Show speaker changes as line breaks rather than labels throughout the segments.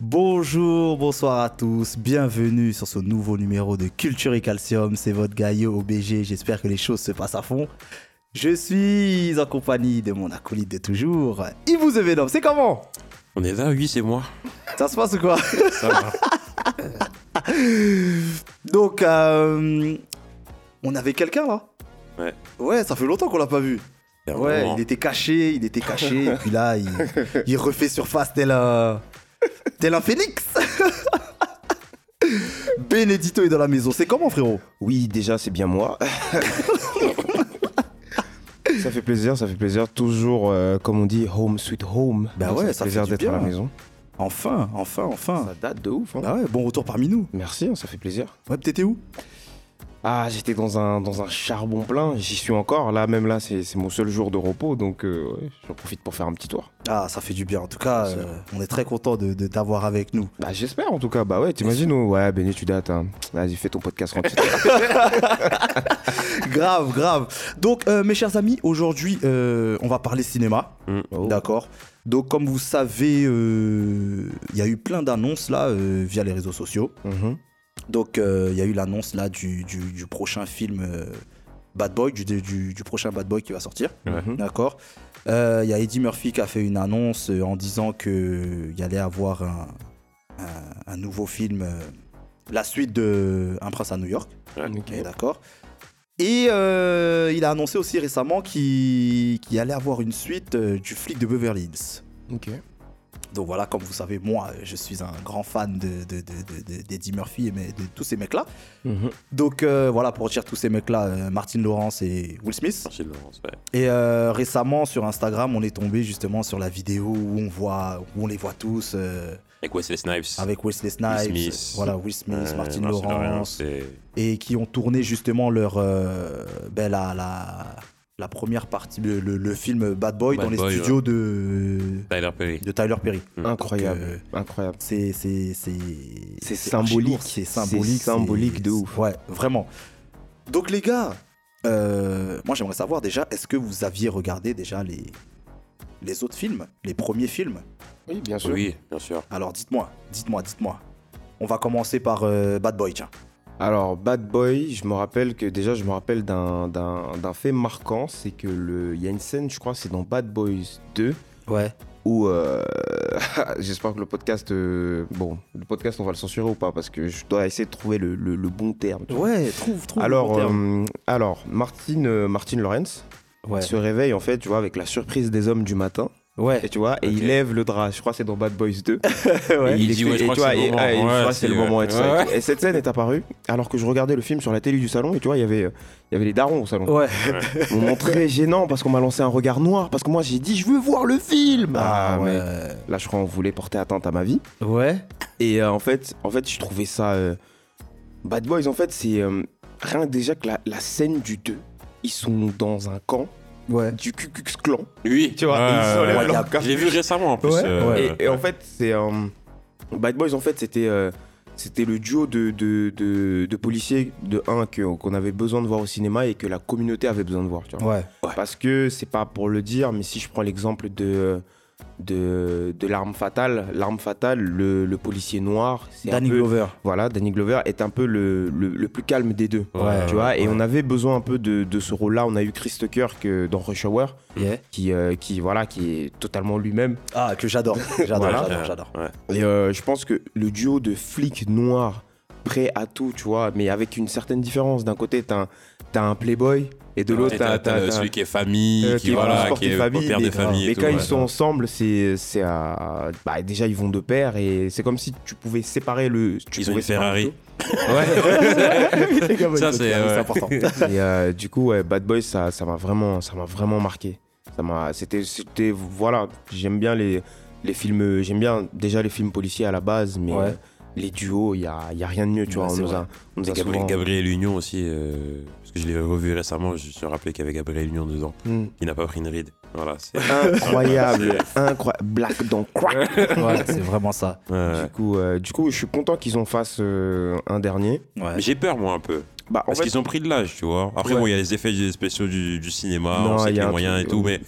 Bonjour, bonsoir à tous, bienvenue sur ce nouveau numéro de Culture et Calcium, c'est votre Gaillot OBG, j'espère que les choses se passent à fond. Je suis en compagnie de mon acolyte de toujours, Yves Venom, c'est comment
On est là, oui, c'est moi.
Ça se passe ou quoi
Ça va.
Donc, euh, on avait quelqu'un là
Ouais.
Ouais, ça fait longtemps qu'on l'a pas vu.
C'est un
Ouais,
moment.
il était caché, il était caché, Bah, et puis là, il, il refait surface tel un, tel un phénix. Benedito est dans la maison, c'est comment frérot
Oui, déjà, c'est bien moi. ça fait plaisir, ça fait plaisir. Toujours, euh, comme on dit, home sweet home.
Bah ouais, ça fait
plaisir
du
d'être
bien.
à la maison.
Enfin, enfin, enfin.
Ça date de ouf. hein.
Ah ouais, bon retour parmi nous.
Merci, hein, ça fait plaisir.
Ouais, t'étais où
Ah, j'étais dans un, dans un charbon plein. J'y suis encore. Là, même là, c'est c'est mon seul jour de repos. Donc, euh, ouais, j'en profite pour faire un petit tour.
Ah, ça fait du bien. En tout cas,
C'est
euh, on est très content de, de t'avoir avec nous.
Bah, j'espère en tout cas. Bah ouais, t'imagines. oh, ouais, Béné, tu dates. hein. Vas-y, fais ton podcast rentier.
grave, grave. Donc, euh, mes chers amis, aujourd'hui, euh, on va parler cinéma.
Mm.
D'accord. Donc, comme vous savez, euh, il y a eu plein d'annonces là euh, via les réseaux sociaux.
Mhm.
Donc, euh, il y a eu l'annonce là du, du- du prochain film euh, Bad Boy, du, du- du prochain Bad Boy qui va sortir.
Ouais.
Mhm.
D'accord. Euh, Il y a Eddie Murphy qui a fait une annonce euh, en disant qu'il y allait avoir un, un- un nouveau film, euh, la suite de Un prince à New York.
Ok.
Ok, d'accord. Et euh, il a annoncé aussi récemment qu'il qu'il allait avoir une suite euh, du flic de Beverly Hills.
Ok.
Donc voilà, comme vous savez, moi, je suis un grand fan de, de, de- de- de- d'Eddie Murphy et mais- de tous ces mecs-là.
Mhm.
Donc euh, voilà, pour dire tous ces mecs-là, euh, Martin Lawrence et Will Smith.
Merci de Laurence, ouais.
Et euh, récemment, sur Instagram, on est tombé justement sur la vidéo où on, voit, où on les voit tous euh,
Avec Wesley
Ah,
Snipes.
avec Wesley Snipes,
Smith.
voilà, Will Smith,
Euh,
Martin Lawrence,
et-
et qui ont tourné justement leur euh, ben, la, la, la première partie le, le- le film Bad Boy
Bad
dans les
Boy,
studios de,
Tyler Perry.
de Tyler Perry.
Incroyable.
Donc,
Incroyable.
C'est c'est c'est
C'est
c'est archi
symbolique.
lourd, c'est
C'est
symbolique,
symbolique
c'est-
de ouf.
Ouais, vraiment. Donc les gars, euh, moi j'aimerais savoir déjà, est-ce que vous aviez regardé déjà les les autres films, les premiers films
Oui, bien sûr.
Oui, bien sûr.
Alors dites-moi, dites-moi, dites-moi. On va commencer par euh, Bad Boy, tiens.
Alors, Bad Boy, je me rappelle que déjà, je me rappelle d'un- d'un d'un fait marquant, c'est que le, il y a une scène, je crois, c'est dans Bad Boys 2,
Ouais.
où euh, j'espère que le podcast, euh, bon, le podcast, on va le censurer ou pas, parce que je dois essayer de trouver le, le- le bon terme. tu vois.
Ouais, trouve trouve. le bon
Alors,
terme.
euh, alors, Martin, euh, Martin Lawrence
ouais.
se réveille en fait, tu vois, avec la surprise des hommes du matin,
Ouais.
et tu vois, et
Ok.
il lève le drap. Je crois que c'est dans Bad Boys 2.
Ouais.
Et
Il
il
dit,
écrit-
ouais, je
et
crois
tu
que
vois,
c'est le moment.
et- ah, et je
Ouais,
crois que c'est le
c'est-
moment. Et, tout ça et
ouais.
tout. Et cette scène est apparue alors que je regardais le film sur la télé du salon et tu vois, il y avait, euh, il y avait les darons au salon.
Ouais.
Moment très gênant parce qu'on m'a lancé un regard noir parce que moi j'ai dit je veux voir le film.
Ah
Ah, mais
ouais.
Là, je crois qu'on voulait porter atteinte à ma vie.
Ouais.
Et euh, en fait, en fait, je trouvais ça euh, Bad Boys. En fait, c'est euh, rien que déjà que la, la scène du 2. Ils sont dans un camp
Ouais.
du Ku Klux Klan.
Oui,
Tu vois,
ouais,
ils sont
ouais,
les
ouais.
blancs.
Je l'ai vu récemment en plus.
Ouais,
euh,
ouais.
Et, et en fait, c'est euh, Bad Boys. En fait, c'était euh, c'était le duo de, de, de, de policiers de 1 qu'on avait besoin de voir au cinéma et que la communauté avait besoin de voir. Tu vois.
Ouais.
Parce que c'est pas pour le dire, mais si je prends l'exemple de de, de l'arme fatale, l'arme fatale, le, le policier noir, c'est un
Danny
peu,
Glover.
voilà, Danny Glover est un peu le, le, le plus calme des deux.
Ouais,
Tu vois, et
ouais.
on avait besoin un peu de, de ce rôle-là. On a eu Chris Tucker que, dans Rush Hour,
Yeah.
qui, euh, qui, voilà, qui est totalement lui-même.
Ah que j'adore. J'adore,
Voilà.
j'adore, j'adore.
Ouais.
Et euh, je pense que le duo de flics noirs, prêts à tout, tu vois, mais avec une certaine différence. D'un côté, t'as un, t'as un playboy, et de l'autre,
Et
t'as,
t'as-
t'as-
t'as
t'as-
celui qui est famille,
euh,
qui, voilà,
transporte
qui est
les familles,
père
mais-
des familles. et
Mais
tout,
quand
ouais.
ils sont ensemble, c'est, c'est à- bah, déjà, ils vont de pair, et c'est comme si tu pouvais séparer le. tu
Ils ont
pouvais
une
séparer
Ferrari.
le duo.
Ça, c'est.
Ah, mais
ouais.
important.
Et euh, du coup, ouais, Bad Boys, ça, ça m'a vraiment, ça m'a vraiment marqué. Ça m'a, c'était, c'était, voilà, j'aime bien les, les films, j'aime bien déjà les films policiers à la base, mais
Ouais.
euh, les duos, il y a, y a rien de mieux, tu
Ouais,
vois. On
c'est
nous
vrai.
a, on nous
Et
a
Gabriel,
souvent-
Gabriel Union aussi, euh, parce que je l'ai revu récemment, je me suis rappelé qu'il y avait Gabriel Union dedans.
Hmm.
Il n'a pas pris une ride. Voilà, c'est.
Incroyable, incroyable, Black dans Crack.
Ouais, c'est vraiment ça.
Ouais.
Du coup, euh, du coup, je suis content qu'ils en fassent euh, un dernier.
Mais
Ouais.
J'ai peur, moi, un peu.
Bah, en
Parce
fait,
qu'ils ont pris de l'âge, tu vois. Après,
Ouais.
bon, il y a les effets spéciaux du, du cinéma,
Non,
on sait
il
que
y a
les
un
moyens et
truc,
tout,
ouais.
mais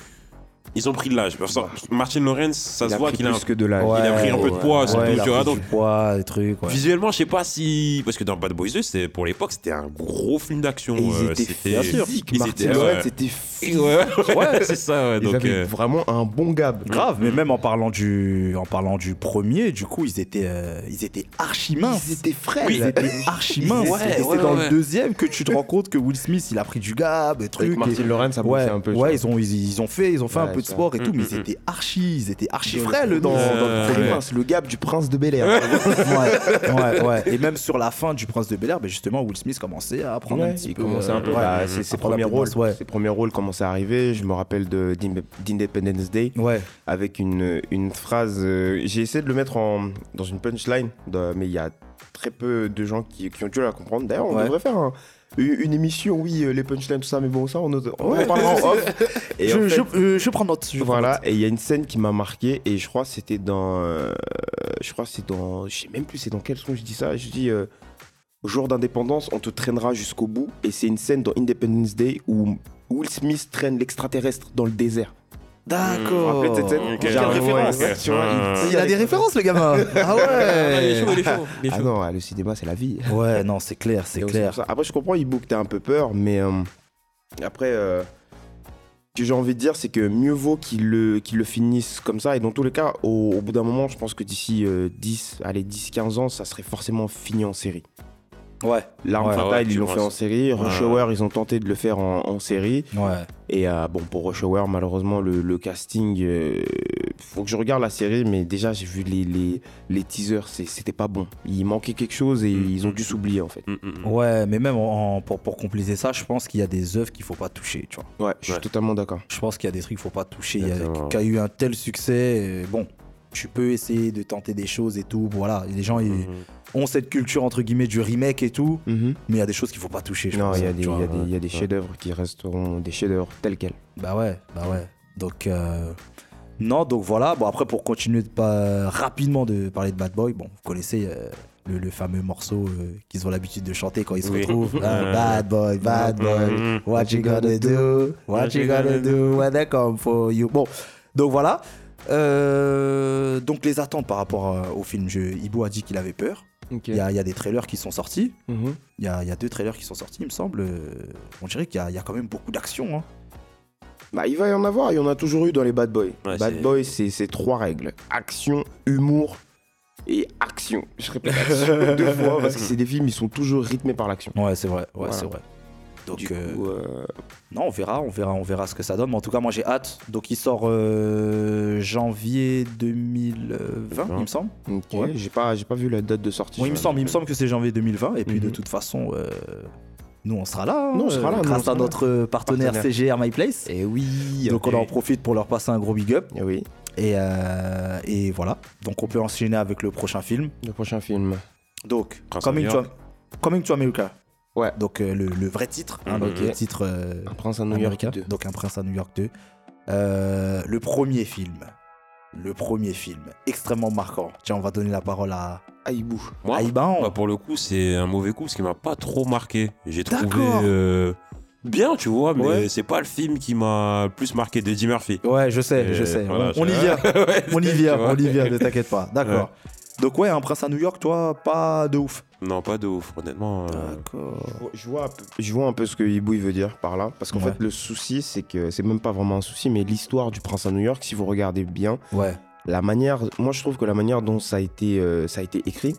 Ils ont pris de l'âge. Parce que Martin Lawrence, ça
Il
se
a
voit
pris
qu'il a un
plus que de l'âge.
il a pris un peu de poids, c'est
ouais,
tout,
il a
tu vois,
pris
donc-
du poids, des trucs. ouais.
Visuellement, je sais pas si. Parce que dans Bad Boys 2, c'était- pour l'époque, c'était un gros film d'action.
Et ils
euh,
étaient
c'était-
physiques.
Ils
Martin
étaient,
Lawrence
ouais.
était physique.
Ouais, ouais, c'est ça, ouais.
Ils
Donc,
avaient
euh,
vraiment un bon gab.
Grave, mais même en parlant du, en parlant du premier, du coup, ils étaient, euh, ils étaient archi minces.
Ils étaient frères.
Ils étaient archi minces.
Ouais,
et c'est
ouais,
dans
ouais.
le deuxième que tu te rends compte que Will Smith, il a pris du gab, des trucs.
Avec Martin
et-
Lawrence, ça
ouais,
bossait un peu. je
ouais,
crois.
ils ont, ils, ils ont fait, ils ont fait
Ouais,
un peu de
ça.
sport et tout,
Mm,
mais
mm,
ils étaient archi, ils étaient archi
Dans le
frêles dans,
premier,
dans
euh,
le
Le
premier.
ouais.
prince, le gab du prince de Bel Air.
ouais, ouais, ouais. Et même sur la fin du Prince de Bel Air, ben justement, Will Smith commençait à prendre un
Ouais,
petit
il
peu.
commençait un peu.
euh,
bah,
ouais,
ses, ses
à prendre
premiers
un peu de
rôles,
masse, ouais.
ses premiers rôles commençaient à arriver. Je me rappelle de- d'Inde- d'Independence Day
Ouais,
avec une, une phrase. euh, J'ai essayé de le mettre en, dans une punchline, de- mais il y a très peu de gens qui, qui ont dû la comprendre. D'ailleurs, on
Ouais.
devrait faire un- une une émission, oui, euh, les punchlines, tout ça, mais bon, ça, on, on
Ouais.
en parlera en off. Et
je,
en fait,
je, euh, je prends note. je prends
voilà,
note.
et il y a une scène qui m'a marqué, et je crois que c'était dans. euh, je crois que c'est dans. Je sais même plus c'est dans quel son je dis ça. Je dis. euh, jour d'indépendance, on te traînera jusqu'au bout, et c'est une scène dans Independence Day où Will Smith traîne l'extraterrestre dans le désert. Vous vous
D'accord.
rappelez de cette scène
Ok.
J'ai un-
Quelle référence
ouais, tu vois,
Ah.
Il a des références, le gamin. Ah
Ah, il est
ouais.
chaud, il est chaud, il est
Ah
chaud.
non, ah, le cinéma, c'est la vie.
Ouais, non, c'est clair, c'est
Et donc,
clair.
pour ça. Après, je comprends, Ibu, que t'as un peu peur, mais euh, après, euh, ce que j'ai envie de dire, c'est que mieux vaut qu'ils le, qu'ils le finissent comme ça. Et dans tous les cas, au, au bout d'un moment, je pense que d'ici euh, 10, allez, 10, 15 ans, ça serait forcément fini en série.
Ouais.
L'arme
Ouais.
fatale,
Ah ouais,
ils
tu
l'ont
penses.
fait en série. Rush
Ouais.
Hour, ils ont tenté de le faire en, en série.
Ouais.
Et euh, bon, pour Rush Hour, malheureusement, le, le casting, euh, faut que je regarde la série, mais déjà, j'ai vu les, les, les teasers, c'est- c'était pas bon. Il manquait quelque chose et
Mm.
ils ont dû s'oublier, en fait.
Mm, mm, mm.
Ouais, mais même en- en- pour, pour compléter ça, je pense qu'il y a des œuvres qu'il faut pas toucher, tu vois.
Ouais, je suis
Ouais.
totalement d'accord.
Je pense qu'il y a des trucs qu'il faut pas toucher. Il y a,
Exactement.
qui a eu un tel succès, euh, bon, tu peux essayer de tenter des choses et tout. Voilà, Et les gens
Mm,
ils
Mhm.
ont cette culture entre guillemets du remake et tout,
Mhm.
mais il y a des choses qu'il faut pas toucher. Je
Non,
pense,
il y a
tu
des, il y a
vois.
des- il y a des
ouais.
chefs-d'œuvre qui resteront des chefs-d'œuvre tels quels.
Bah ouais, bah ouais. Donc euh, non, donc voilà. Bon après pour continuer de pas rapidement de parler de Bad Boy, bon vous connaissez. euh, le, le fameux morceau euh, qu'ils ont l'habitude de chanter quand ils se
Oui.
retrouvent. hein,
Euh.
bad boy, bad
mm.
boy,
Mhm.
what you gonna do, what you gonna do when I come for you. Bon, donc voilà. Euh, donc les attentes par rapport euh, au film, je, Ibo a dit qu'il avait peur. Il y, a, il y a des trailers qui sont sortis.
Mhm.
Il y a, il y a deux trailers qui sont sortis, il me semble. Euh, On dirait qu'il y a, il y a quand même beaucoup d'action. hein.
Bah, il va y en avoir, il y en a toujours eu dans les Bad Boys.
Ouais,
bad
c'est-
Boys, c'est c'est trois règles action, humour et action. Je répète action deux fois parce que c'est des films, ils sont toujours rythmés par l'action.
Ouais, c'est vrai. Ouais,
Voilà.
c'est vrai. Donc,
Du
euh,
coup, euh,
non, on verra, on verra, on verra ce que ça donne. Mais en tout cas, moi, j'ai hâte. Donc, il sort euh, janvier 2020, il me semble.
ok,
ouais.
j'ai pas, j'ai pas vu la date de sortie.
Oui, il me
je-
semble, il me semble que c'est janvier 2020. Et puis, de
Mhm.
toute façon, euh, nous, on sera là. hein,
Nous, on sera là, nous, on
Grâce
sera
à
là.
notre partenaire,
Partenaire.
CGR My Place.
Eh oui.
Donc, on en profite pour leur passer un gros big up.
Eh oui,
Et, euh, et voilà. Donc, on peut enchaîner avec le prochain film.
le prochain film.
Donc,
Prince
Coming
of
to,
New
Coming to America.
Ouais.
Donc, euh, le, le vrai titre. hein,
Mhm.
donc, le titre. euh,
Un prince à New York.
américain,
deux.
donc un prince à New York 2. Euh, le premier film, le premier film, extrêmement marquant. Tiens, on va donner la parole à
Aïbou.
Moi,
Aïban.
bah, pour le coup, c'est un mauvais coup parce qu'il m'a pas trop marqué. J'ai trouvé
D'accord.
euh, bien, tu vois, mais
Ouais.
c'est pas le film qui m'a le plus marqué de Eddie Murphy.
Ouais, je sais,
Euh,
je sais.
voilà,
on, on y
je-
vient,
Ouais,
on y vient,
tu vois.
on y vient, ne t'inquiète pas. D'accord. Donc ouais, un prince à New York, toi, pas de ouf.
Non, pas de ouf, honnêtement. euh,
D'accord.
Je vois, un peu- je vois un peu ce que Hibou il veut dire par là. Parce qu'en
Ouais.
fait, le souci, c'est que c'est même pas vraiment un souci, mais l'histoire du prince à New York, si vous regardez bien,
Ouais.
la manière. Moi, je trouve que la manière dont ça a été, euh, ça a été écrit,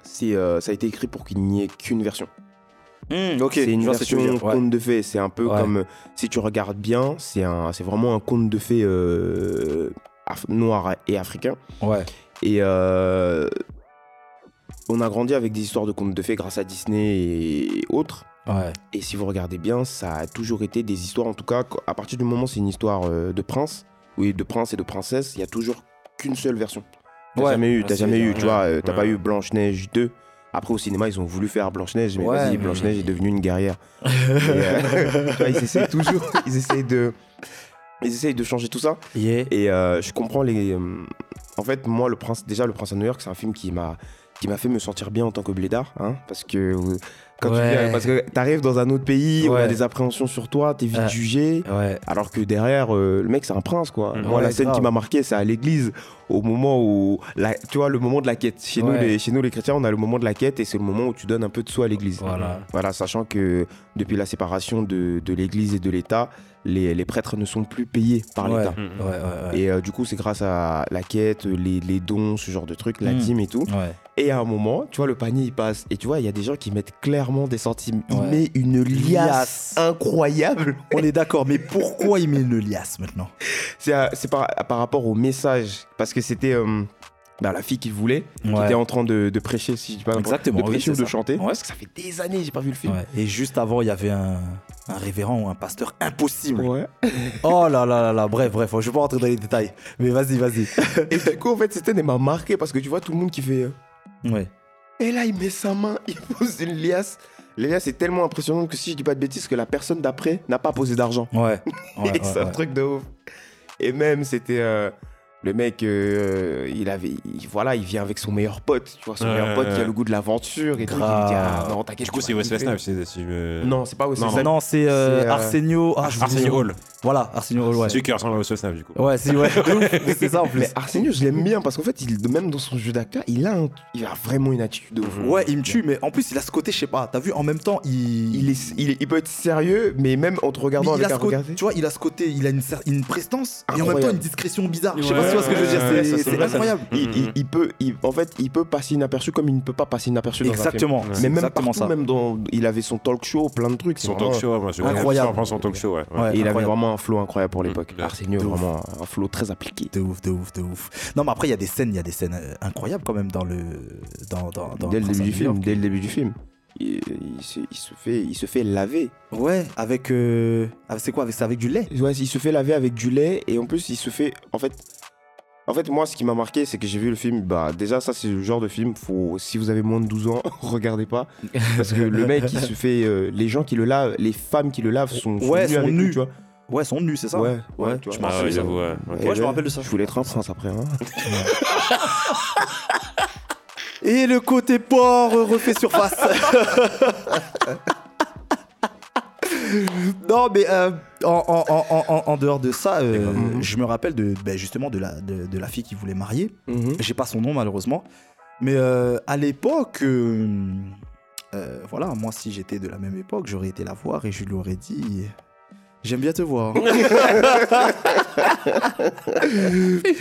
c'est, euh, ça a été écrit pour qu'il n'y ait qu'une version.
Hmm, ok.
c'est une
je vois ce que tu veux
version
dire, ouais.
conte de fées. C'est un peu
Ouais.
comme. euh, Si tu regardes bien, c'est, un, c'est vraiment un conte de fées euh, af- noir et africain.
Ouais.
Et euh, on a grandi avec des histoires de contes de fées grâce à Disney et autres.
Ouais.
Et si vous regardez bien, ça a toujours été des histoires, en tout cas, qu- à partir du moment où c'est une histoire euh, de prince, oui, de prince et de princesse, il y a toujours qu'une seule version. T'as
Ouais.
jamais eu,
Ah,
t'as
c'est
jamais eu,
vrai.
tu vois, euh, t'as
Ouais.
pas eu Blanche-Neige 2. Après, au cinéma, ils ont voulu faire Blanche-Neige, mais
Ouais,
vas-y,
mais-
Blanche-Neige est devenue une guerrière. Et, euh, tu vois, ils essayent toujours, ils essayent de. Ils essayent de changer tout ça.
Yeah.
Et euh, je comprends les. euh, en fait, moi, le prince, déjà, Le Prince à New York, c'est un film qui m'a qui m'a fait me sentir bien en tant que blédard, hein, parce que euh, Quand tu
Ouais.
viens, parce que t'arrives dans un autre pays, on a
Ouais.
des appréhensions sur toi, t'es vite
Ouais.
jugé.
Ouais.
Alors que derrière, euh, le mec, c'est un prince, quoi.
Mhm.
Moi, la
Mm. Ouais,
scène qui
grave.
m'a marqué, c'est à l'église, au moment où. la- tu vois, le moment de la quête. Chez, nous,
Ouais.
les, chez nous, les chrétiens, on a le moment de la quête et c'est le moment où tu donnes un peu de soi à l'église.
Voilà.
Voilà, sachant que depuis la séparation de, de l'église et de l'État, les, les prêtres ne sont plus payés par
ouais.
Mm,
l'État.
Ouais, ouais, ouais.
Et euh, du coup, c'est grâce à la quête, les, les dons, ce genre de trucs, la
Mhm.
dîme et tout.
Ouais.
Et à un moment, tu vois, le panier, il passe. Et tu vois, il y a des gens qui mettent clairement des centimes. Il
Ouais.
met une
Liasse.
liasse incroyable.
On est d'accord, mais pourquoi il met le liasse maintenant
C'est à- c'est par, par rapport au message. Parce que c'était euh, bah, la fille qu'il voulait, qui
Ouais.
était en train de, de prêcher, si je dis pas n'importe-
Exactement,
De
oui,
prêcher
c'est
ou
ça.
de chanter.
Ouais.
Parce que ça fait des années, j'ai pas vu le film.
Ouais. Et juste avant, il y avait un, un révérend ou un pasteur impossible.
Ouais.
Oh là là là là, bref, bref, je vais pas rentrer dans les détails. Mais vas-y, vas-y.
Et du coup, en fait, cette scène elle m'a marqué parce que tu vois tout le monde qui fait. euh,
Ouais.
Et là, il met sa main, il pose une liasse. La liasse est tellement impressionnante que si je dis pas de bêtises, que la personne d'après n'a pas posé d'argent.
Ouais. Ouais,
Et c'est
ouais,
un
ouais.
truc de ouf. Et même, c'était euh, le mec, euh, il avait, il- voilà, il vient avec son meilleur pote, tu vois, son
Ouais,
meilleur pote
ouais,
qui a
ouais.
le goût de l'aventure et tout. Il lui dit, ah, non, t'inquiète.
Du coup,
tu
c'est euh,
vas
Wesley
kiffer.
Snipes. si- si je me-
Non, c'est pas Wesley
Non,
Snipes.
Non, c'est euh,
C'est, euh,
Arsenio. Ah, je vous dis-
Arsenio Hall.
Voilà, Arsenio Hall, ouais.
Celui qui ressemble à Wesley Snipes, du coup.
Ouais, si, ouais. de ouf, mais c'est ça en
Mais
plus.
Arsenio, je l'aime bien parce qu'en fait, il, même dans son jeu d'acteur, il a, un- il a vraiment une attitude de ouf.
Ouais, il me tue, mais en plus, il a ce côté, je sais pas. T'as vu, en même temps, il.
Il, est, il, est- il peut être sérieux, mais même en te
Mais
regardant
il
avec
a
un
ce côté,
regard.
tu vois, il a ce côté, il a une, cer- une prestance et en même temps
Incroyable.
une discrétion bizarre. je sais pas
Ouais,
si tu vois ce que je veux dire,
ouais,
c'est-
ouais, ça, c'est
c'est
vrai, ça.
incroyable.
Il, il- il peut, il- en fait, il peut passer inaperçu comme il ne peut pas passer inaperçu dans
Exactement,
Ouais.
un film.
c'est
Mais même
exactement
partout,
ça.
même dans, il avait son talk show, plein de trucs. c'est
Son
vraiment-
talk show, ouais, moi, je
Incroyable.
Je reprends son talk show, ouais. ouais.
Ouais,
Et il avait
incroyable.
vraiment un flow incroyable pour l'époque.
Mm.
Arsenio,
De ouf.
vraiment un flow très appliqué.
De ouf, de ouf, de ouf. Non, mais après, il y a des scènes, il y a des scènes euh, incroyables quand même dans le. Dans, dans, dans
Dès le
Prince of
début du
New
film,
York.
dès le début du film. Il, il se, il se fait, il se fait laver.
Ouais, avec. euh, avec- c'est quoi avec, C'est avec du lait
Ouais, il se fait laver avec du lait et en plus il se fait, en fait, en fait moi ce qui m'a marqué c'est que j'ai vu le film. Bah déjà ça c'est le genre de film. Faut si vous avez moins de 12 ans regardez pas parce que le mec il se fait, euh, les gens qui le lavent, les femmes qui le lavent sont, sont
Ouais,
nues
sont
avec
nues.
lui, tu vois.
Ouais, ils sont nus, c'est ça
Ouais,
Ouais,
ouais, tu vois.
je m'en
Ah
rappelle
ouais,
de ça.
j'avoue, ouais.
Ouais,
Ouais, je me rappelle de ça.
Je voulais être un prince après. Hein.
Et le côté porc refait surface. non, mais euh, en, en- en- en- en dehors de ça, euh,
Mhm.
je me rappelle de, ben, justement de la, de, de la fille qui voulait marier. J'ai pas son nom malheureusement. Mais euh, à l'époque, euh, euh, voilà, moi si j'étais de la même époque, j'aurais été la voir et je lui aurais dit J'aime bien te voir.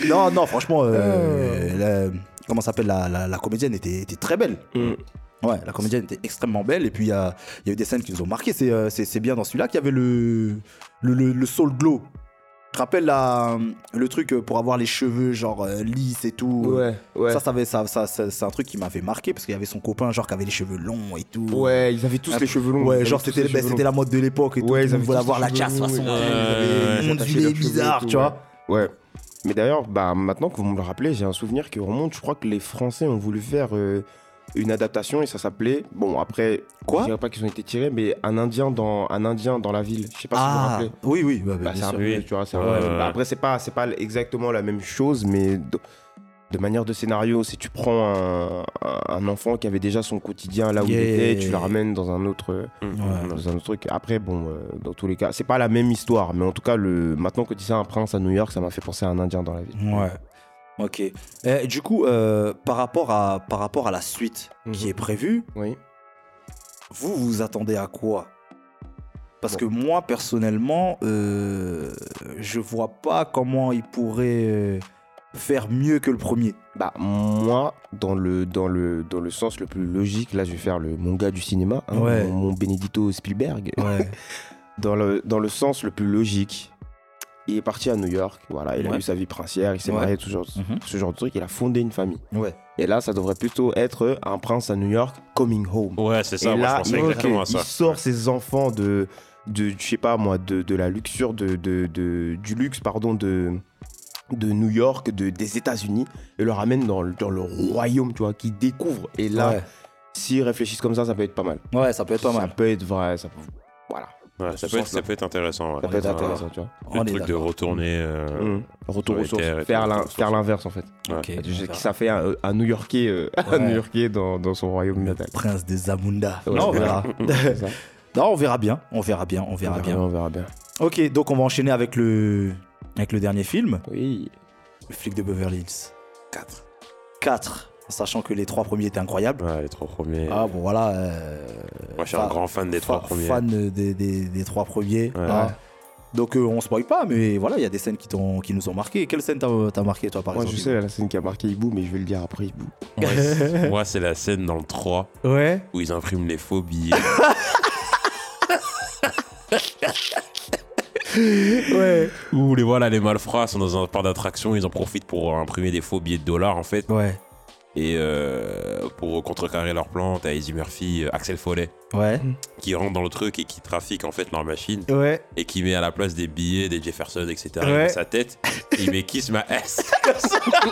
non, non, franchement, euh, la- comment s'appelle la, la- la comédienne était, était très belle.
Mhm.
Ouais, la comédienne était extrêmement belle. Et puis il y a, il y a eu des scènes qui nous ont marqué. C'est euh, c'est- c'est bien dans celui-là qu'il y avait le, le, le, le soul glow. Tu te rappelles la- euh, le truc pour avoir les cheveux genre euh, lisses et tout
Ouais, ouais.
ça, ça, avait- ça, ça, ça- c'est un truc qui m'avait marqué parce qu'il y avait son copain genre qui avait les cheveux longs et tout.
Ouais, ils avaient tous
Un
les
peu-
cheveux longs. Ils
Ouais,
avaient
genre
tous les
c'était, ben,
cheveux longs.
c'était la mode de l'époque et tout.
Ouais,
tout
ils
le monde
avaient
voulait avoir
tous les
la casse
cheveux longs,
façon.
ouais.
Ouais,
ils avaient
ils attachaient
ondulé
leurs cheveux et
bizarre,
tout,
tu vois.
Ouais. Mais d'ailleurs, bah, maintenant que vous me le rappelez, j'ai un souvenir qui remonte. Je crois que les Français ont voulu faire euh, une adaptation et ça s'appelait. Bon, après,
Quoi
je dirais pas qu'ils ont été tirés, mais un Indien dans, un Indien dans la ville. Bah, Je sais pas si vous vous
Ah,
rappelez.
oui, oui, ouais, ouais,
Bah,
bien
c'est un
sûr.
peu,
oui.
tu vois, c'est un-
Ouais,
bah,
ouais.
Après, c'est pas, c'est pas exactement la même chose, mais de, de manière de scénario, si tu prends un, un enfant qui avait déjà son quotidien là où il
Yeah.
était, tu le ramènes dans un autre,
Mm,
Ouais.
dans un autre truc. Après, bon, euh, dans tous les cas, c'est pas la même histoire, mais en tout cas, le maintenant que tu disais un prince à New York, ça m'a fait penser à un Indien dans la ville.
Ouais. Ok. Eh, du coup, euh, par, rapport à, par rapport à la suite qui
Mhm.
est prévue,
Oui.
vous vous attendez à quoi Parce que moi, personnellement, euh, je vois pas comment ils pourraient euh, faire mieux que le premier.
Bah moi, dans le dans le dans le sens le plus logique, là, je vais faire le mon gars du cinéma, hein,
Ouais.
mon, mon Benedito Spielberg.
Ouais.
dans le, dans le sens le plus logique, il est parti à New York. Voilà, il a
Ouais.
eu sa vie princière, il s'est
Ouais.
marié, tout genre-
Mhm.
ce genre de truc. Il a fondé une famille.
ouais.
Et là, ça devrait plutôt être un prince à New York coming home.
Ouais, c'est ça, moi,
Et
je
là,
pensais
il-
exactement à
il
ça.
sort ses enfants de, de je sais pas moi, de, de la luxure, de, de- de- du luxe, pardon, de, de New York, de, des États-Unis, et le ramène dans, le- dans le royaume, tu vois, qu'ils découvrent. Et là,
ouais.
s'ils réfléchissent comme ça, ça peut être pas mal.
Ouais, ça peut être pas
Ça
mal.
peut être vrai, ça peut... Voilà.
Ouais, ça,
ce
peut être,
sens-là.
ça peut être intéressant. ouais.
Ça peut être
d'accord.
intéressant, tu vois.
Le
On est
truc de
d'accord.
retourner. euh,
Mmh. Retour
Ouais,
aux sources.
terre et
Faire
tout,
l'in-
retour aux
faire l'inverse, en fait.
Mm, Ok, on
Et je sais
verra.
que ça fait un, un New Yorkais, euh, un
Ouais.
New Yorkais dans, dans son royaume
Le
natal.
prince de Zamunda.
Ouais.
Non, on verra.
C'est ça.
non, on verra bien. On verra bien. On verra bien.
On verra bien.
Ok, donc on va enchaîner avec le, avec le dernier film,
Oui.
Le flic de Beverly Hills. 4. 4. Sachant que les trois premiers étaient incroyables.
Ouais, les trois premiers.
Ah bon, voilà. euh,
Moi, je suis un
fa-
grand fan des
fa-
trois premiers.
Fan des, des- des trois premiers.
Ouais.
hein. Donc euh, on spoil pas, mais voilà, il y a des scènes qui, t'ont- qui nous ont marqué. Quelle scène t'as t'as marqué, toi, par
Moi, je
exemple
sais la scène qui a marqué Ibou, mais je vais le dire après Ibou.
Moi, c'est- Moi, c'est la scène dans le 3
Ouais.
où ils impriment les faux billets.
Ouais.
où les voilà, les malfrats sont dans un parc d'attraction, ils en profitent pour imprimer des faux billets de dollars en fait.
Ouais.
Et euh, pour contrecarrer leur plan, t'as Eddie Murphy, euh, Axel Follet,
Ouais.
qui rentre dans le truc et qui trafique en fait leur machine
Ouais.
et qui met à la place des billets, des Jefferson, etc.
Ouais.
dans sa tête. il met kiss ma ass.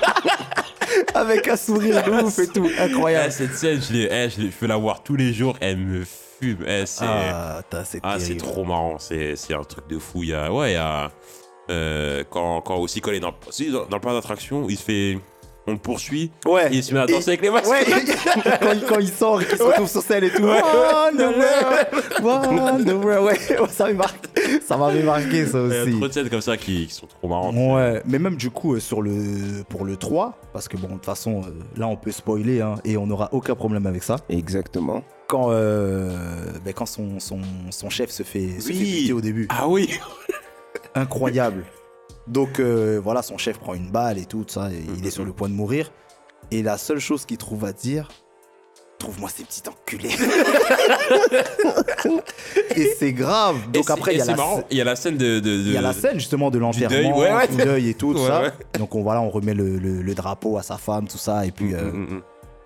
Avec un sourire de ouf et tout.
Eh,
Incroyable.
cette scène, je, l'ai- eh, je, l'ai- je peux la voir tous les jours, elle me fume. Eh, c'est
Ah, t'as- c'est
ah, c'est
terrible.
trop marrant, c'est c'est un truc de fou. Il y a, ouais, il y a, euh, quand, quand aussi, quand il est dans, si, dans, dans le parc d'attraction, il se fait. On le poursuit,
Ouais.
il se met à danser avec les masques.
Eh, Ouais, quand, il, quand il sort et qu'il se retrouve sur scène et tout. Wonderwall, Wonderwall, ouais, ouais, ça m'avait marqué, ça, m'avait marqué, ça
Il y a
aussi.
trop de scènes comme ça qui, qui sont trop marrantes.
Ouais, mais même du coup, euh, sur le, pour le 3, parce que bon, de toute façon, euh, là on peut spoiler hein, et on n'aura aucun problème avec ça.
Exactement.
Quand, euh, ben, quand son, son, son chef se fait, se fait
Oui.
buter au début,
Ah oui
incroyable. Donc euh, voilà, son chef prend une balle et tout, ça, et il est sur le point de mourir. Et la seule chose qu'il trouve à dire, trouve-moi ces petits enculés. et c'est grave.
Et
Donc
c'est-
après,
et
il y a
c'est
la
marrant,
scè-
il y a la scène de. de- de-
il y a la scène justement de l'enterrement,
deuil, ouais, ouais.
du deuil et tout, tout
Ouais,
ça.
ouais.
Donc on, voilà, on remet le, le- le drapeau à sa femme, tout ça. Et puis,
Mm,
euh,
mm, mm.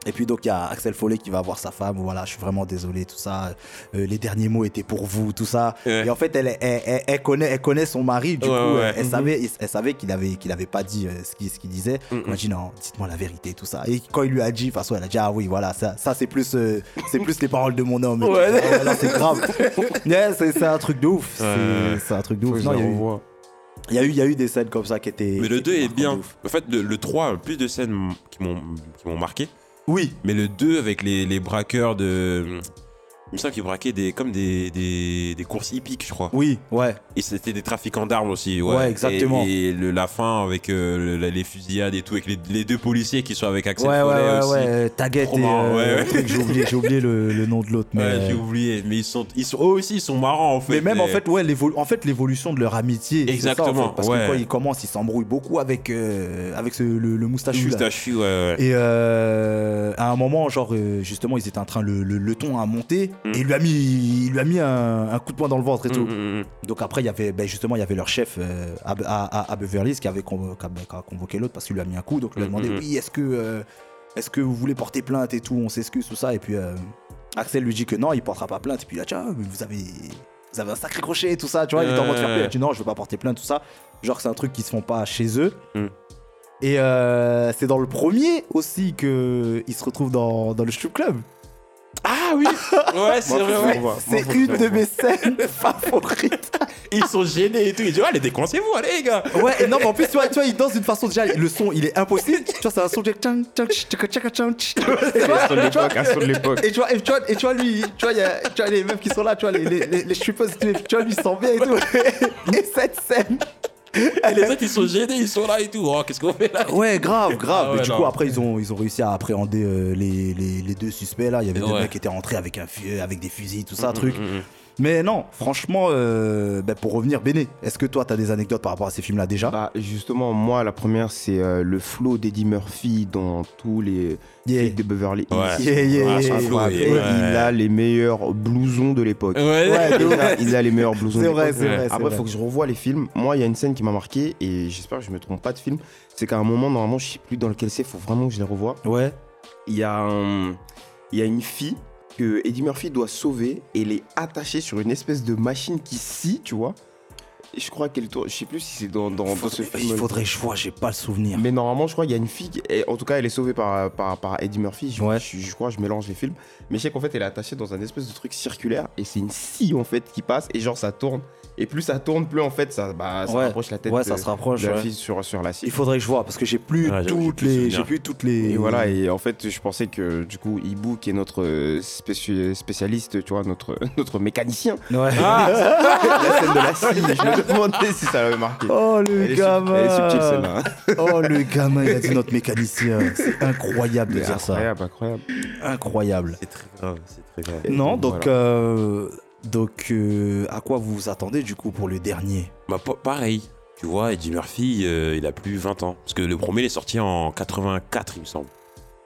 et puis donc il y a Axel Follet qui va voir sa femme. Voilà, je suis vraiment désolé, tout ça. Euh, les derniers mots étaient pour vous, tout ça.
Ouais.
Et en fait, elle, elle, elle- elle connaît, elle connaît son mari. Du
Ouais,
coup,
ouais.
elle- elle savait, elle, savait qu'il avait, qu'il avait pas dit euh, ce qu'il ce qu'il disait.
Mhm.
Elle m'a dit non, dites-moi la vérité, tout ça. Et quand il lui a dit, de toute façon, elle a dit ah oui, voilà, ça, ça c'est plus, euh, c'est plus les paroles de mon homme. Ah, voilà, c'est grave. Ouais, c'est c'est un truc de ouf.
Ouais.
C'est- C'est un truc de
Faut que
ouf.
je
Non,
la
il y a eu-
revoie.
il y, a eu- il y a eu des scènes comme ça qui étaient.
Mais le
qui
2
étaient
est bien.
marquantes de ouf.
En fait, le, le 3, plus de scènes qui m'ont qui m'ont marqué.
Oui.
Mais le 2 avec les, les braqueurs de. Il me semble qu'ils braquaient des, comme des, des, des courses hippiques, je crois.
Oui, ouais.
Et c'était des trafiquants d'armes aussi. Ouais,
Ouais, exactement.
Et, et le, la fin avec euh, le- la- les fusillades et tout, avec les, les deux policiers qui sont avec Axel
ouais, ouais,
Follet
ouais,
aussi.
ouais, euh, Taguette
Trop
et.
marrant,
euh,
ouais, ouais.
le truc, J'ai oublié, j'ai oublié le, le nom de l'autre, mais.
Ouais, j'ai
euh,
oublié, mais ils sont, ils sont, eux aussi, ils sont marrants en fait. Euh,
mais même en
Et-
fait, ouais, l'évolu- en fait, l'évolution de leur amitié. c'est ça, en fait,
Exactement,
parce que
ouais.
quand ils commencent, ils s'embrouillent beaucoup avec, euh, avec ce- le, le moustachu. là.
Moustachu, ouais, ouais.
Et euh, à un moment, genre, euh, justement, ils étaient en train, le, le, le ton a monté,
Mm.
et il lui a mis, il lui a mis un, un coup de poing dans le ventre et tout.
Mm, mm, mm.
Donc après, il y avait ben, justement, il y avait leur chef euh, à, à, à- à Beverly Hills qui avait convo- qui a- qui a convoqué l'autre parce qu'il lui a mis un coup. Donc il lui a
Mhm,
demandé
Mm-hmm.
mhm.
oui, est-ce que euh, est-ce que vous voulez porter plainte et tout On s'excuse tout ça. Et puis euh, Axel lui dit que non, il portera pas plainte. Et puis il a dit ah, mais vous avez vous avez un sacré crochet et tout ça. Tu vois, il était en mode
Ouais.
faire plaisir. Il a dit non, je veux pas porter plainte tout ça. Genre c'est un truc qui se font pas chez eux.
Mm.
Mhm.
Et euh, c'est dans le premier aussi que il se retrouve dans, dans le strip club.
Ah oui Ouais, c'est vrai,
Moi, faut que je
ouais.
le revoie. Moi,
C'est
faut que je
une
le
de
revoie.
mes scènes favorites.
Ils sont gênés et tout. Ils disent, ouais, allez, déconcez-vous, allez, les gars.
Ouais, et non, mais en plus, tu vois, tu vois, il danse d'une façon déjà, le son, il est impossible. Tu vois, c'est un son de tchang, tchang, tch, tchaka, tchaka, tchang, tch. Et tu vois-
À son de l'époque, à son de l'époque.
Et tu vois, et tu vois, et tu vois, lui, tu vois, il y a, tu vois, les meufs qui sont là, tu vois, les, les, les, les strippers, tu vois, lui, ils sont bien et tout. Et cette scène.
les autres, ils sont gênés, ils sont là et tout. Oh, qu'est-ce qu'on fait là
Ouais, grave, grave.
Ah ouais,
mais du
non.
coup, après, ils ont, ils ont réussi à appréhender euh, les, les, les deux suspects là. Il y avait des
Ouais.
mecs qui étaient rentrés avec, un, fu- avec des fusils, tout ça,
Mm,
truc.
mm, mm.
Mais non, franchement, euh, ben, pour revenir, Béné, est-ce que toi, t'as des anecdotes par rapport à ces films là déjà
Bah, justement, moi, la première, c'est euh, le flow d'Eddie Murphy dans tous les
Yeah.
films de Beverly Hills.
Ouais.
Yeah, yeah,
Ah,
yeah.
son flow, il est-
Et
ouais.
Il a les meilleurs blousons de l'époque.
Ouais,
Ouais, de ouf.
Déjà, il a les meilleurs blousons.
C'est
de
vrai,
l'époque.
c'est vrai. c'est
Après,
vrai.
il faut que je revoie les films. Moi, il y a une scène qui m'a marqué et j'espère que je me trompe pas de film. C'est qu'à un moment, normalement, je sais plus dans lequel c'est, faut vraiment que je les revoie.
Ouais.
Il y a un- il y a une fille que Eddie Murphy doit sauver et elle est attachée sur une espèce de machine qui scie, tu vois. je crois qu'elle tourne. Je sais plus si c'est dans, dans, dans ce film.
Il faudrait que je vois, j'ai pas le souvenir.
Mais normalement, je crois qu'il y a une fille. qui- et en tout cas, elle est sauvée par, par, par Eddie Murphy. Je,
Ouais.
je, je crois, je mélange les films. Mais je sais qu'en fait, elle est attachée dans un espèce de truc circulaire. Et c'est une scie, en fait, qui passe. Et genre, ça tourne. Et plus ça tourne, plus en fait, ça, bah, ça
Ouais.
rapproche la tête
Ouais,
de,
ça se rapproche.
de la
ouais.
fille sur, sur la scie.
Il faudrait que je vois parce que j'ai plus
Ouais, j'ai- j'ai
toutes
plus
les,
souvenir.
j'ai plus toutes les.
Et voilà, et en fait, je pensais que du coup, Ibu, qui est notre euh, spéci- spécialiste, tu vois, notre, notre mécanicien,
Ouais.
la scène de la scie, je me demandais si ça l'avait marqué.
Oh
Elle
le
est, sub-
gamin.
elle est subtile celle-là. hein.
Oh le gamin, il a dit notre mécanicien. C'est incroyable de
Mais
dire ça.
Incroyable, incroyable.
Incroyable.
C'est très grave, Ah, c'est très grave.
Non, donc
Voilà.
euh, donc euh, à quoi vous vous attendez du coup pour le dernier
Bah, pa- pareil. Tu vois, Eddie Murphy, euh, il a plus 20 ans. Parce que le premier, il est sorti en 84, il me semble.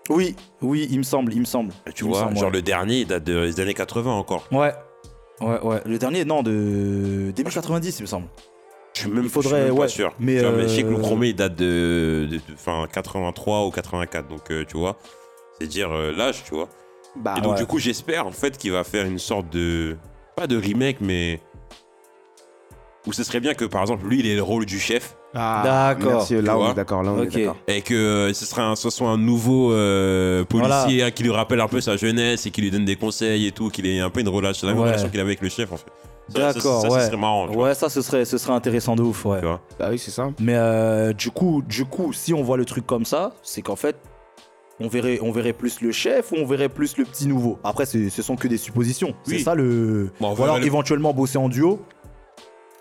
Oui, oui, il me semble, il me semble.
Et Tu
Il me
vois,
semble,
genre
ouais.
le dernier, il date de- des années 80 encore.
Ouais. Ouais, ouais. Le dernier, non, de début 90, il me semble.
Je suis même,
Il faudrait-
je suis même
ouais,
pas sûr.
mais,
Mais, tu vois, mais je sais que le
euh,
premier, il date de, de- de- enfin, 83 ou 84. Donc, euh, tu vois, c'est dire euh, l'âge, tu vois.
Bah,
Et donc,
Ah ouais.
du coup, j'espère en fait qu'il va faire une sorte de. Pas de remake, mais. Où ce serait bien que, par exemple, lui, il ait le rôle du chef.
Ah,
D'accord.
Merci, là
Tu
on
vois
est d'accord, là on
Ok.
est d'accord.
Et que euh, ce, sera un- ce soit un nouveau euh, policier hein, qui lui rappelle un peu sa jeunesse et qui lui donne des conseils et tout, qu'il ait un peu une relation, la même
Ouais.
relation qu'il avait avec le chef en fait. Ça, ça,
D'accord,
ça,
ouais.
ça serait marrant. tu vois.
Ouais, ça, ce serait, ce serait intéressant de ouf, ouais.
Tu vois.
Ah oui, c'est ça.
Mais euh, du coup, du coup, si on voit le truc comme ça, c'est qu'en fait, on verrait, on verrait plus le chef ou on verrait plus le petit nouveau. Après, c'est- ce sont que des suppositions. C'est
Oui.
ça le.
Bon, on
Ou
verra
alors
le-
éventuellement bosser en duo.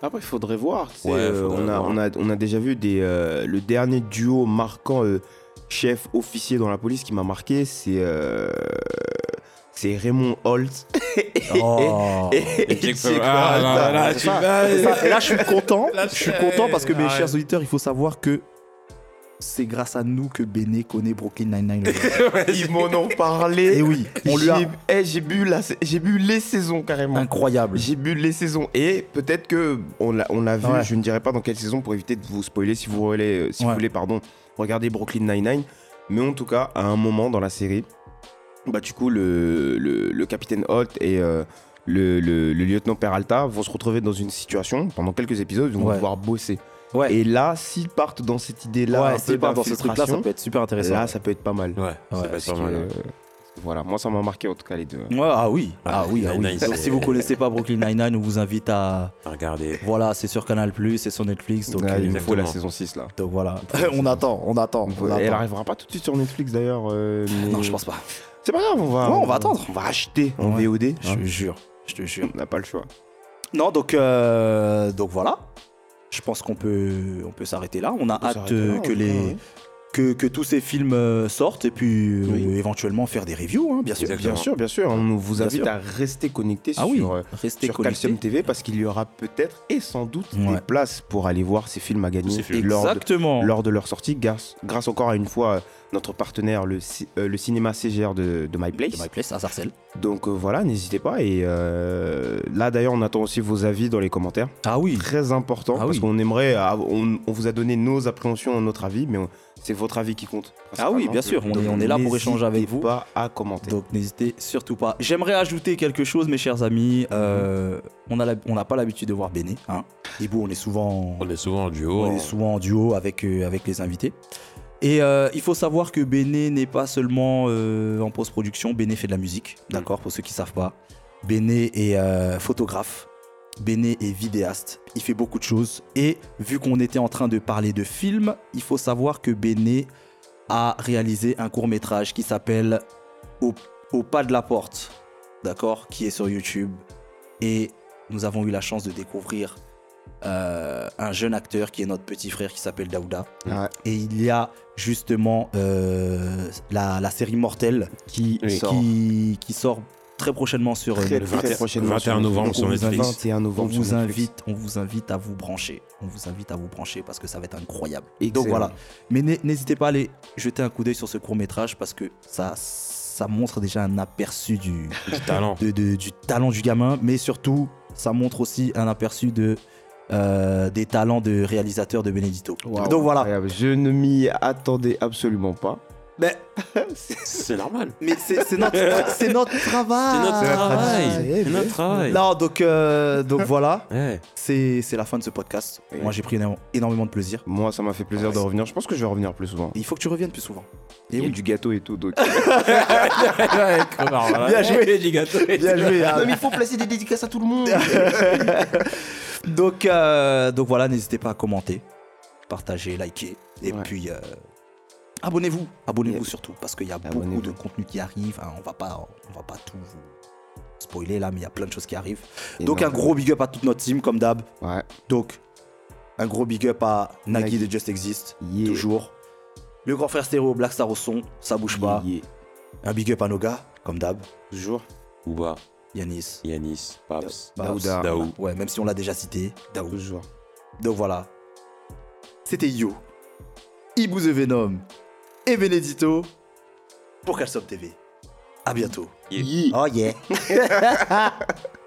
Après, il faudrait voir. tu sais,
Ouais,
euh,
faudrait
on, a,
voir.
on, a, on a déjà vu des, euh, le dernier duo marquant euh, chef officier dans la police qui m'a marqué, c'est euh, c'est Raymond Holt.
Oh.
Et,
Et Jake
Jake
Peralta. Ah, là, là, là,
Peralta.
tu vas-
C'est ça. Et là, je suis content.
Là,
Je suis
c'est-
content parce que mes
Ah,
Arrête.
chers auditeurs, il faut savoir que c'est grâce à nous que Béné connaît Brooklyn Nine-Nine.
Ils m'en ont parlé.
Et oui, on lui a.
J'ai- eh, j'ai bu la, j'ai bu les saisons carrément.
Incroyable.
J'ai bu les saisons et peut-être que on l'a, on l'a vu.
Ouais.
Je ne dirai pas dans quelle saison pour éviter de vous spoiler si vous voulez, euh, si
Ouais.
vous voulez, pardon, regarder Brooklyn Nine Nine. Mais en tout cas, à un moment dans la série, bah du coup le, le, le capitaine Holt et euh, le, le- le lieutenant Peralta vont se retrouver dans une situation pendant quelques épisodes où ils vont
Ouais.
devoir bosser.
Ouais.
Et là, s'ils partent dans cette idée-là, un
ouais,
peu
c'est pas dans ce truc-là, ça
d'infiltration,
peut être super intéressant.
là, ça peut être pas mal.
Ouais,
Ouais,
c'est pas hein.
Parce
ça,
que,
mal.
euh,
hein.
voilà, moi ça m'a marqué en tout cas les deux.
Ouais, ah oui, ah,
Ah,
oui, ah oui.
Nine-Nine,
Donc,
c'est-
si vous connaissez pas Brooklyn Nine-Nine, on vous invite à.
Regardez.
Voilà, c'est sur Canal, c'est sur Netflix. Donc,
Ah,
euh,
il me faut la
exactement.
saison 6 là.
donc voilà. on attend, on attend. on
Et elle
attend.
arrivera pas tout de suite sur Netflix d'ailleurs. euh, mais-
Non, je pense pas.
C'est pas grave, on va.
Ouais, on va attendre.
On va acheter en
Ouais.
VOD.
Je te jure, je te jure.
On n'a pas le choix.
Non, donc, euh, donc voilà. Je pense qu'on peut, on peut s'arrêter là. On a hâte euh, que, les, que, que tous ces films euh, sortent et puis euh,
Oui.
éventuellement faire des reviews, hein, bien sûr.
Exactement.
Bien sûr, bien sûr. On vous
Bien
invite
sûr.
à rester connecté
Ah
sur,
oui,
euh,
restez
sur
connectés.
Calcium TV parce qu'il y aura peut-être et sans doute
Ouais.
des places pour aller voir ces films à
Tous
gagner
ces films.
et lors, de,
Exactement.
lors de leur sortie, grâce, grâce encore à une fois euh, notre partenaire, le, ci- euh, le cinéma CGR de, de My Place.
De My Place à Sarcelles.
Donc euh, voilà, n'hésitez pas. Et euh, là d'ailleurs, on attend aussi vos avis dans les commentaires.
Ah oui.
très important
Ah
parce
oui.
qu'on aimerait, ah, on, on vous a donné nos appréhensions, notre avis, mais on- c'est votre avis qui compte.
Ah oui, bien sûr, on est- on est là pour échanger avec
n'hésitez
vous.
pas à commenter.
Donc n'hésitez surtout pas. J'aimerais ajouter quelque chose, mes chers amis. Euh, on a la- on n'a pas l'habitude de voir Béné. Hein. Ibou, on est souvent,
On est souvent en duo. hein.
on est souvent en duo avec, euh, avec les invités. Et euh, il faut savoir que Béné n'est pas seulement euh, en post-production. Béné fait de la musique, d'accord, pour ceux qui savent pas. Béné est euh, photographe. Béné est vidéaste. Il fait beaucoup de choses. Et vu qu'on était en train de parler de films, il faut savoir que Béné a réalisé un court métrage qui s'appelle au, au pas de la porte, d'accord, qui est sur YouTube. Et nous avons eu la chance de découvrir euh, un jeune acteur qui est notre petit frère qui s'appelle Daouda.
Ah,
Et il y a justement euh, la, la série Mortelle
qui
Oui.
sort
qui, qui sort très prochainement sur euh,
très,
le
Netflix.
très
21
prochainement.
21 novembre
sur Netflix.
21
On
novembre sur
vous
Netflix.
invite, on vous invite à vous brancher. On vous invite à vous brancher parce que ça va être incroyable.
Excellent.
Donc voilà. Mais n'hé- n'hésitez pas à aller jeter un coup d'œil sur ce court métrage parce que ça, ça montre déjà un aperçu du,
Du talent.
de- de- du talent du gamin, mais surtout ça montre aussi un aperçu de euh, des talents de réalisateur de Benedito.
Waouh,
Donc voilà.
incroyable. Je ne m'y attendais absolument pas.
Mais,
C'est normal.
mais c'est c'est notre, c'est notre travail.
C'est notre travail.
Eh
C'est
bien.
notre travail. Eh.
Non, donc, euh, donc voilà,
Ouais.
c'est c'est la fin de ce podcast.
Oui.
Moi, j'ai pris énorme- énormément de plaisir.
Moi, ça m'a fait plaisir de revenir. Je pense que je vais revenir plus souvent.
Il faut que tu reviennes plus souvent.
Il
Et
y a
oui.
du gâteau et tout. Donc...
Connard, voilà.
Bien joué.
Eh, les gars.
Bien joué. hein.
il faut placer des dédicaces à tout le monde.
Donc, euh, donc voilà, n'hésitez pas à commenter, partager, liker. Et
Ouais.
puis, euh, abonnez-vous. Abonnez-vous
Yep.
surtout, parce qu'il y a beaucoup
Abonnez-vous.
de contenu qui arrive. hein. on va pas, on va pas tout vous spoiler là, mais il y a plein de choses qui arrivent. donc, un gros big up à toute notre team, comme d'hab.
Ouais.
Donc, un gros big up à Nagui
Nagui.
de Just Exist.
Yeah.
Toujours. Le grand frère stéréo, Black Star au son, ça bouge pas.
Yeah.
Un big up à nos gars, comme d'hab.
Toujours.
Booba,
Yanis.
Yanis, Paps,
Babs.
Daouda.
Daou.
Ouais, même si on l'a déjà cité. Daou.
Bah, Toujours.
Donc voilà. C'était Yo, Ibou the Venom et Benedito pour Calcium TV. À bientôt.
Yeah.
Oh yeah.